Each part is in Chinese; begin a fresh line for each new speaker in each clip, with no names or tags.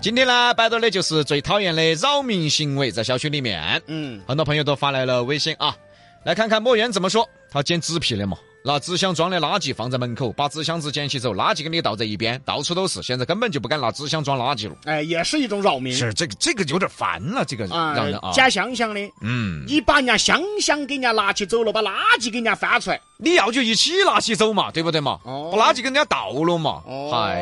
今天呢，摆到的就是最讨厌的扰民行为，在小区里面，
嗯，
很多朋友都发来了微信啊，来看看莫言怎么说。他捡纸皮的嘛，拿纸箱装的垃圾放在门口，把纸箱子捡起走，垃圾给你倒在一边，到处都是。现在根本就不敢拿纸箱装垃圾了。
哎，也是一种扰民。
是这个这个有点烦了，这个
啊
让人啊，，
假香香的，
嗯，
你把人家香香给人家拿起走了，把垃圾给人家翻出来，
你要就一起拿起走嘛，对不对嘛？
哦
把垃圾给人家倒了嘛，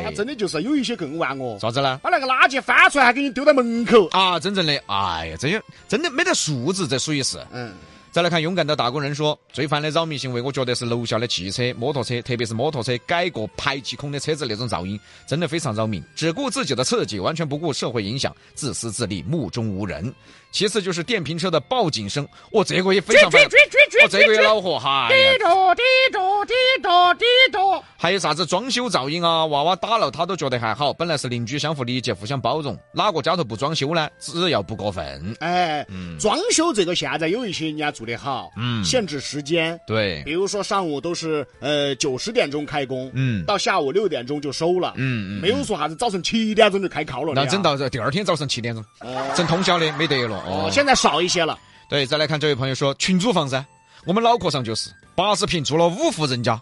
他真的就是有一些更玩哦，
啥子呢？
把那个垃圾翻出来还给你丢在门口。
啊，真正的，哎呀，这些真的没得素质，这属于是。
嗯，
再来看勇敢的打工人说，最烦的扰民行为，我觉得是楼下的汽车、摩托车，特别是摩托车改过排气孔的车子那种噪音，真的非常扰民。只顾自己的刺激，完全不顾社会影响，自私自利，目中无人。其次就是电瓶车的报警声，我、这个也非常烦，我、这个也恼火，嗨、
滴答滴答滴答滴答。
还有啥子装修噪音啊？娃娃打了他都觉得还好，本来是邻居相互理解、互相包容，哪个家头不装修呢？只要不过分，
哎，装修这个现在有一些人家做得好，
嗯
限制时间，
对
比，如说上午都是呃九十点钟开工，
嗯
到下午六点钟就收了，
嗯嗯
没有说啥子早晨七点钟就开烤了的呀，
那整到这第二天早上七点钟，
哦
整通宵的没得了
哦
哦，。
现在少一些了，
对，再来看这位朋友说，群租房噻，我们脑壳上就是八十平住了五户人家，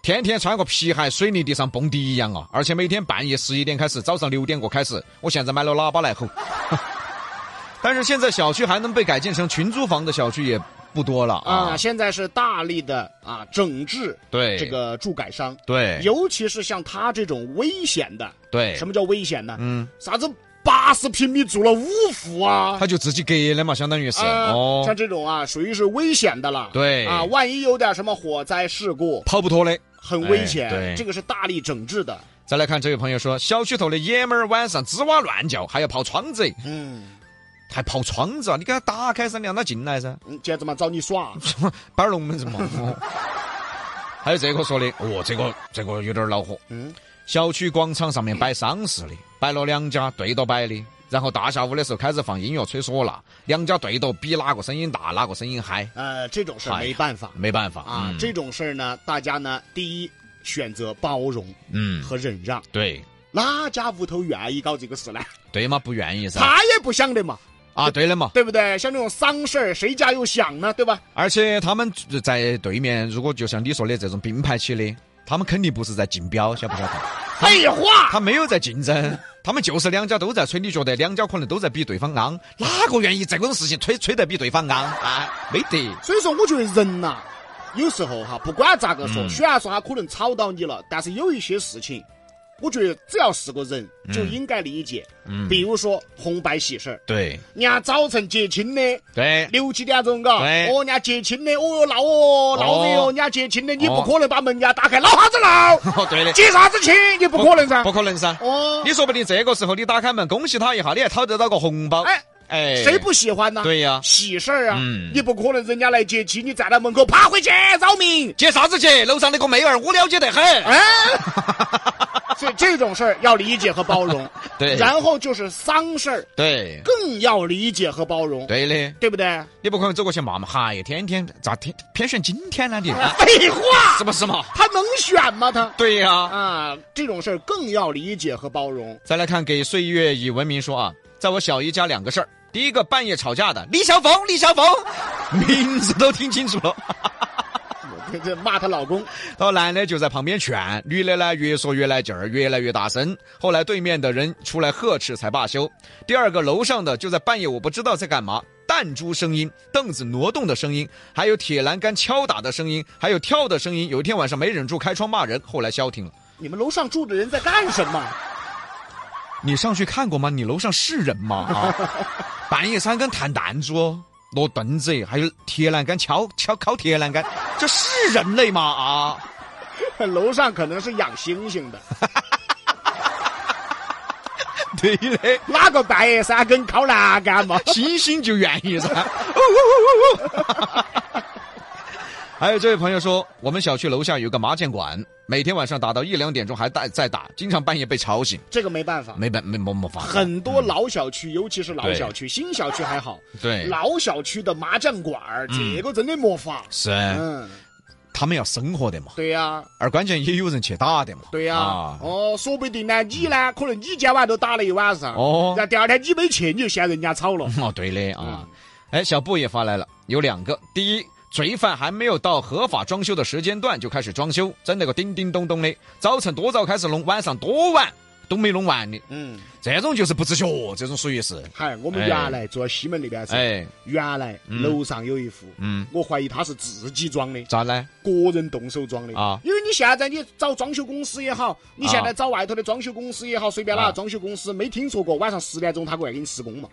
天天穿个皮鞋水泥地上蹦迪一样啊，而且每天半夜十一点开始，早上六点过开始，我现在买了喇叭来吼。 但是现在小区还能被改建成群租房的小区也不多了
啊、
啊，
现在是大力的啊整治
对
这个住改商，
对，
尤其是像他这种危险的，
对，
什么叫危险呢？
哎嗯，
啥子八十平米住了五户啊
他，就自己隔了嘛，相当于是、
啊、像
哦，
这种啊，属于是危险的了。
对
啊，万一有点什么火灾事故，
跑不脱的。
很危险。
哎对
这个是大力整治的。
再来看这位朋友说，小区头的爷们儿晚上吱哇乱叫，还要刨窗子，
嗯，
还刨窗子啊！你给他打开噻，你让他进来噻，
嗯接着嘛找你耍，
摆龙门阵嘛。 哦还有这个说的，哦，这个这个有点恼火。
嗯，
小区广场上面摆丧事的，摆了两家对着摆的，然后大下午的时候开始放音乐吹唢呐，两家对着比哪个声音大，哪个声音嗨，
呃，这种事儿
哎呀
没办法
没办法
啊。
嗯
这种事儿呢，大家呢，第一选择包容
嗯，
和忍让。
对
哪家屋头愿意搞这个事呢？
对嘛，不愿意噻
他也不想的嘛，
啊，对的嘛。
对不对？像这种丧事儿，谁家又想呢？对吧？
而且他们在对面，如果就像你说的这种并排起的，他们肯定不是在竞标，晓不晓得？
废话，
他没有在竞争，他们就是两家都在吹。你觉得两家可能都在比对方昂，哪个愿意这种事情吹吹得比对方昂啊？没得，
所以说我觉得人呐、有时候哈，不管咋个说，
嗯
虽然说他可能吵到你了，但是有一些事情，我觉得只要是个人就应该理解。
嗯
比如说红白喜事儿，
对
人家早晨结亲的。
对
六七点钟，嘎，
对
哦，人家结亲的，哦哟闹哦，闹的哟，
哦
人家结亲的，你
哦
不可能把门牙打开，闹啥子闹？
哦对的，
结啥子亲？你不可能噻
不。可能噻。
哦，
你说不定这个时候你打开门恭喜他一下，你还讨得到个红包。
哎
哎哎，
谁不喜欢呢？
对 呀、
喜事儿啊，
嗯
你不可能人家来接亲，你站在门口爬回去扰民，
结啥子结？楼上那个妹儿，我了解得很。
哎，所以这种事儿要理解和包容，
对
然后就是丧事儿
对
更要理解和包容，
对啊的，
对不对？
你不可能走过去骂嘛。嗨，天天咋天偏选今天呢？你、啊、
废话，
是不是嘛？
他能选吗？他
对呀、
啊，这种事儿更要理解和包容。
再来看，给岁月以文明说啊，在我小姨家两个事儿，第一个半夜吵架的李小凤，李小凤， 名字都听清楚了。
我这这骂她老公，
然后男的就在旁边劝，女的呢越说越来劲儿，越来越大声。后来对面的人出来呵斥才罢休。第二个楼上的就在半夜我不知道在干嘛，弹珠声音、凳子挪动的声音，还有铁栏杆敲打的声音，还有跳的声音。有一天晚上没忍住开窗骂人，后来消停了。
你们楼上住的人在干什么？
你上去看过吗？你楼上是人吗？啊，半夜三更弹弹珠，挪凳子，还有铁栏杆敲敲敲铁栏杆，这是人类吗？啊，
楼上可能是养猩猩的，
对的，
哪个半夜三更敲栏杆嘛？
星星就愿意噻。呜呜呜呜还有这位朋友说，我们小区楼下有个麻将馆，每天晚上打到一两点钟还在在打，经常半夜被吵醒，
这个没办法。
没办没没没法。
很多老小区，尤其是老小区，新小区还好，
对
老小区的麻将馆儿，
哎嗯哎
这个真的没法。
是，
嗯，
他们要生活的嘛，
对呀、
而关键也有人去打的嘛。
对呀、
啊
哦，说不定呢，你呢，可能你今晚都打了一晚上，
哦
然后第二天你没去，你就嫌人家吵了。
哦，对的啊。哎，小布也发来了，有两个。第一，罪犯还没有到合法装修的时间段就开始装修，真那个叮叮咚咚的，早晨多早开始弄，晚上多晚都没弄完的，
嗯，
这种就是不知觉，这种属于是，
嗨，我们
哎
原来住在西门那边是，
哎，
原来楼上有一户，
嗯，
我怀疑他是自己装的，
咋呢？
个人动手装的
啊
因为你现在你找装修公司也好，你
啊
现在找外头的装修公司也好，随便哪
啊
个装修公司，没听说过晚上十点钟他过来给你施工嘛？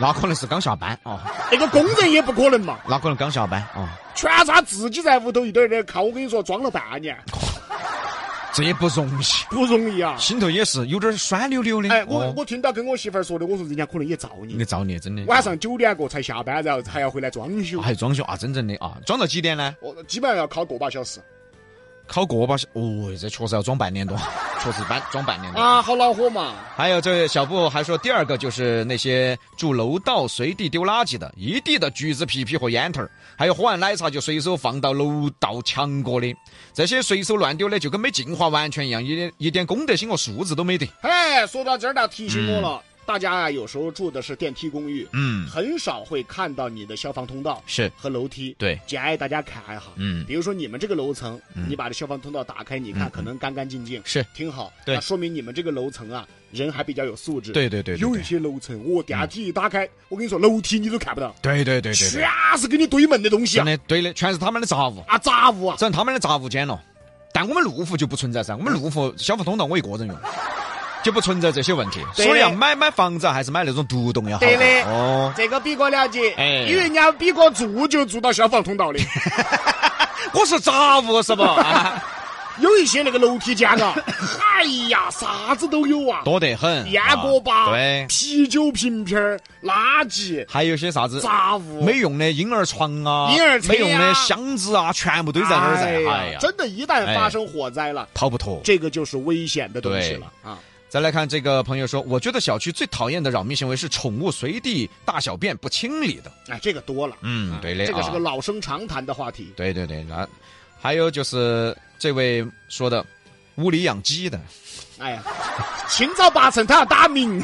那可能是刚下班啊，
那个工人也不可能嘛，
那可能刚下班啊，
全是他自己在屋头一点儿一点儿靠。我跟你说，装了半年
这也不容易，
不容易啊。
心头也是有点酸溜溜的。
哎，我
哦
我听到跟我媳妇儿说的，我说人家可能也造
你
孽，
造孽，真的。
晚上九点过才下班，然后还要回来装修
啊，还有装修啊，真正的啊，装到几点呢？
我基本上要靠个把小时
烤锅巴，哦，这确实要装半 年多，确实半装半年多。
啊，好恼火嘛！
还有这位小布还说，第二个就是那些住楼道随地丢垃圾的，一地的橘子皮皮和烟头儿，还有喝完奶茶就随手放到楼道墙角的，这些随手乱丢的就跟没进化完全一样，一点一点公德心和素质都没得。
哎，说到这儿呢，提醒我了，大家啊，有时候住的是电梯公寓，
嗯，
很少会看到你的消防通道
是
和楼梯。
对，
建议大家看一下，
嗯
比如说你们这个楼层，你把这消防通道打开，你看可能干干净净，
是
挺好。
对
那说明你们这个楼层啊，人还比较有素质。
对对对对
有一
对
些楼层，我电梯一打开，我跟你说，楼梯你都看不到，
对对对对
全
对，
是啊给你堆满的东西
真
啊，
的对的，全是他们的杂物，
啊杂物啊。
整他们的杂物间了。但我们路虎就不存在噻，我们路虎消防通道我一个人用。就不存在这些问题，
对
所以要啊买买房子还是买那种独栋要好。
对的
哦，
这个比哥了解，
哎
因为人家比哥住就住到消防 通道的，
我是杂物是不？啊
有一些那个楼梯间啊， 哎呀，啥子都有啊，
多得很，
烟
啊
锅巴、
对，
啤酒瓶瓶儿、垃圾、
还有些啥子
杂物，
没用的婴儿床啊，
婴儿车啊
没用的箱子啊，全部堆在那儿噻。哎呀，哎
真的，一旦发生火灾了，
逃不脱。
这个就是危险的东西了啊！
再来看这个朋友说，我觉得小区最讨厌的扰民行为是宠物随地大小便不清理的。
哎，这个多了，
嗯
啊
对嘞
这个
啊
是个老生常谈的话题。
对对对，然还有就是这位说的，屋里养鸡的，
哎呀，清早八晨他要打鸣，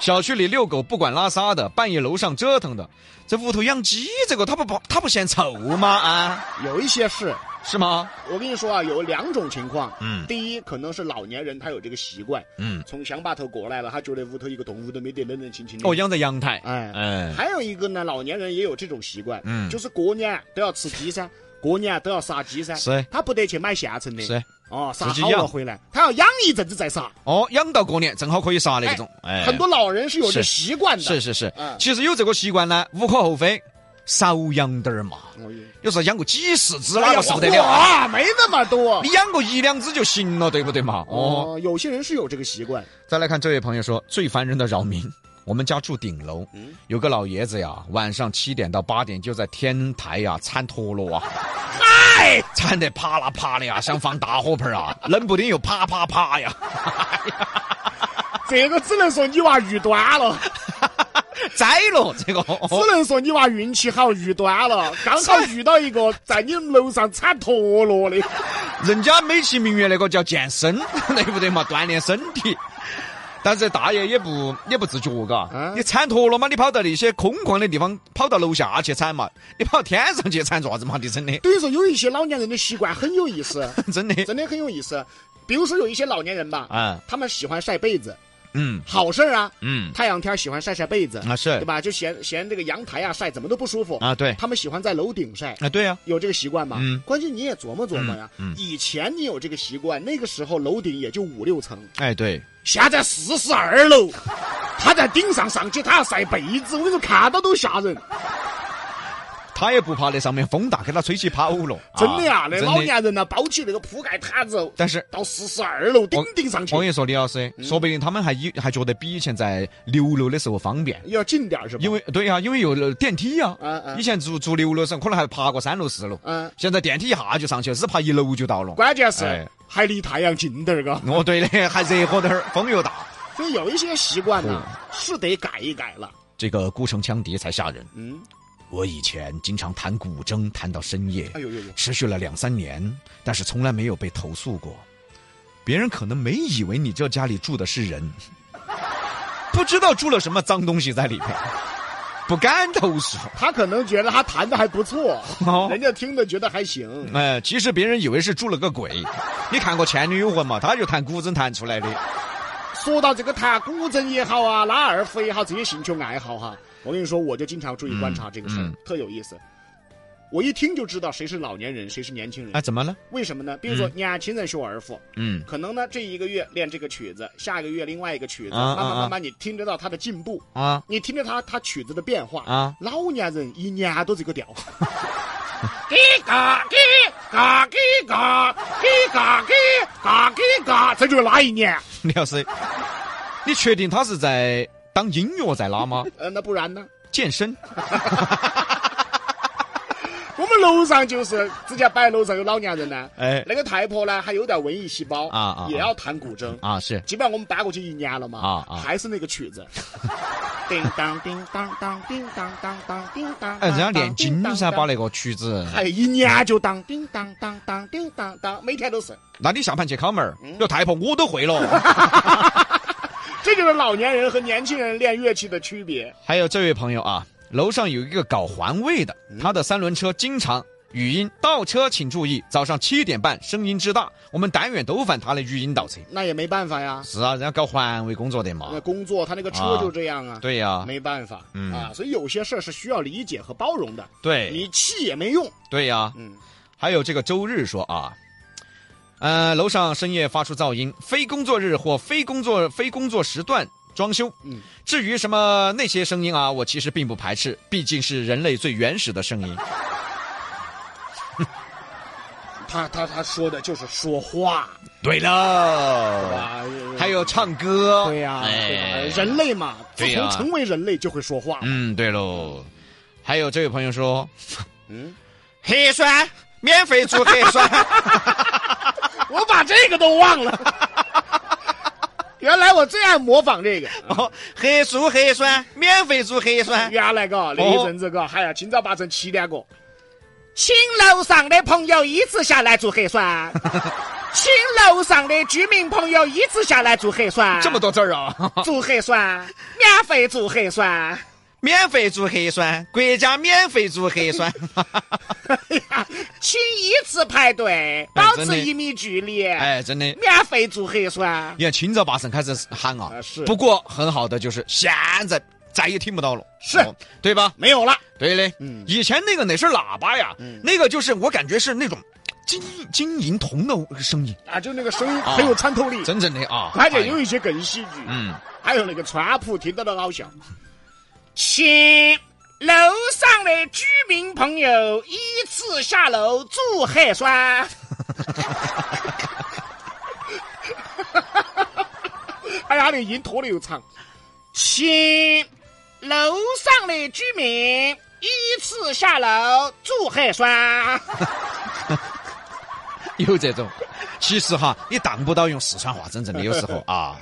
小区里遛狗不管拉撒的，半夜楼上折腾的，这屋头养鸡这个他不不他不嫌臭吗？啊，
有一些事，
是吗？
我跟你说啊，有两种情况，
嗯
第一可能是老年人他有这个习惯，
嗯，
从乡坝头过来了，他觉得屋头一个动物都没得，冷冷清清的。
哦，养在阳台，
哎，
嗯，
还有一个呢，老年人也有这种习惯，
嗯
就是过年都要吃鸡噻，过年都要杀鸡�噻，
是
他不得去买现成的，
是。
哦，杀
自己
好了
养
回来，他要养一阵子再杀。
哦，养到过年正好可以杀那种，哎，
很多老人是有这
是
习惯的，
是是是
嗯，
其实有这个习惯呢，无可厚非，少养点儿嘛。
我哦也。
有时候养个几十只，
哎
哪
呀，
个受得了啊？
啊？没那么多
你。养个一两只就行了，对不对嘛？哦，
哦，有些人是有这个习惯，
再来看这位朋友说，最烦人的扰民。我们家住顶楼，有个老爷子呀，晚上七点到八点就在天台呀铲陀螺啊，
哎，
铲得啪啦啪的呀，像放大火盆儿啊， 冷不丁又啪啪啪呀，
这个只能说你娃遇端了，
栽了这个。
只能说你娃运气好遇 端了，刚好遇到一个在你们楼上铲陀螺的。
人家美其名曰那个叫健身， 对不对嘛？锻炼身体。但是大爷也不也不自觉，嘎、
嗯
你铲陀螺嘛，你跑到那些空旷的地方，跑到楼下去铲嘛，你跑天上去铲爪子嘛？你真的，
等于说有一些老年人的习惯很有 意思，
真的，
真的很有意思。比如说有一些老年人吧，
嗯
他们喜欢晒被子，
嗯
好事儿啊，
嗯，
太阳天儿喜欢晒晒被子，
啊
对
是
吧？就嫌嫌这个阳台啊晒怎么都不舒服，
啊对
他们喜欢在楼顶晒。
啊对呀、
有这个习惯吗？
嗯
关键你也琢磨琢磨呀。
嗯嗯
以前你有这个习惯，那个时候楼顶也就五六层，
哎对，
现在四十二楼， 他在顶上上去，他要晒被子，我跟你说，看到都吓人。
啊他也不怕那上面风大给他吹起跑了，
真的呀，
啊
那
真
老
的。
年人呢，包起那个铺盖毯子，
但是
到四十二楼顶顶上去
我，跟你说，李老师，说不定他们还以还觉得比以前在六楼的时候方便。
要近点儿是吧？
因为对啊呀、因为有了电梯呀、
嗯嗯
以前住住六楼上，可能还爬过三楼、四楼。
嗯
现在电梯一下就上去了，只爬一楼就到了。
关键是、
哎
还离太阳近点儿个，
哦，对的， 还热和点儿，风又大。
所
啊
以有一些习惯呢、是得改一改了。
这个古城墙敌才吓人。
嗯，
我以前经常谈古筝，谈到深夜，
哎呦呦呦，
持续了两三年，但是从来没有被投诉过。别人可能没以为你这家里住的是人， 不知道住了什么脏东西在里面，不敢投诉。
他可能觉得他弹的还不错，
哦
人家听的觉得还行。
哎、其实别人以为是住了个鬼。你看过《倩女幽魂》嘛？他就弹古筝弹出来的。
说到这个弹古筝也好啊，拉二胡也好，这些兴趣爱好哈，我跟你说，我就经常注意观察这个事儿，
嗯
特有意思。我一听就知道谁是老年人，谁是年轻人。
哎，嗯怎么了？
为啊什么呢？比如说年轻人学二胡，
嗯，
可能呢这一个月练这个曲子，下一个月另外一个曲子，
啊
慢慢
啊
慢慢你听得到他的进步，
啊
你听着他他曲子的变化。
啊，
老年人一年都 这个调，给嘎给嘎给嘎给嘎给嘎给嘎，这就是拉一年。
李老师，你确定他是在当音乐在拉吗？
呃，那不然呢？
健身？
我们楼上就是之前摆楼上有老年人呢，
哎
那个太婆呢还有点文艺细胞
啊啊啊
也要弹古筝。
啊，是
基本上我们搬过去一年了嘛，
啊啊
还是那个 曲子，叮当叮当当叮当当当叮当。
哎，人家练精噻，把
那。
那个曲子。
哎，一年就当叮当当当叮当当，每天都是，
那你下盘去敲门儿，
嗯
那太婆我都会 了。
这就是老年人和年轻人练乐器的区别。
还有这位朋友啊，楼上有一个搞环卫的，
嗯
他的三轮车经常语音倒车，请注意，早上七点半，声音之大，我们但愿都犯他的语音倒车。
那也没办法呀，
是啊，人家搞环卫工作的
那
嘛。
工作他那个车就这样啊，
对呀、
没办法、
嗯
啊，所以有些事儿是需要理解和包容的，
对
你气也没用。
对呀、
嗯，
还有这个周日说啊，呃，楼上深夜发出噪音，非工作日或非工作非工作时段装修。
嗯
至于什么那些声音啊，我其实并不排斥，毕竟是人类最原始的声音。
他他他说的就是说话，
对了，
啊，
还有唱歌。
对呀、对呀
哎，
人类嘛，自
对呀
从成为人类就会说话。
嗯，对喽。还有这位朋友说，
嗯，
核酸免费做核 酸。
我把这个都忘了。 原来我最爱模仿这个。
哦，核素核酸免费做核酸。
原来
哦
个那一阵子个，哎呀，今早八晨七点过，请楼上的朋友依次下来做 核酸，请楼上的居民朋友依次下来做核酸，
这么多字儿啊！
做核酸，免费做核酸。
免费做核酸，国家免费做核酸。
请依次排队，保
真
持
的
一米距 离，
哎，真的，
免费做核酸。
你看清早八晨开始喊啊，
啊是
不过很好的就是现在再也听不到了，
是
哦对吧？
没有了，
对嘞，
嗯
以前那个哪是喇叭呀，那个就是我感觉是那种金金银铜的声 音，
啊，就那个声音很有穿透力，
真正的啊，
而且有
哎
一些更戏剧，
嗯，
还有那个川普听到的好笑，请楼上的居民朋友依次下楼做核酸。哎呀，那个音拖的又长，请楼上的居民依次下楼做核酸。
有这种。其实哈，你当不到用四川话，真正的有时候啊。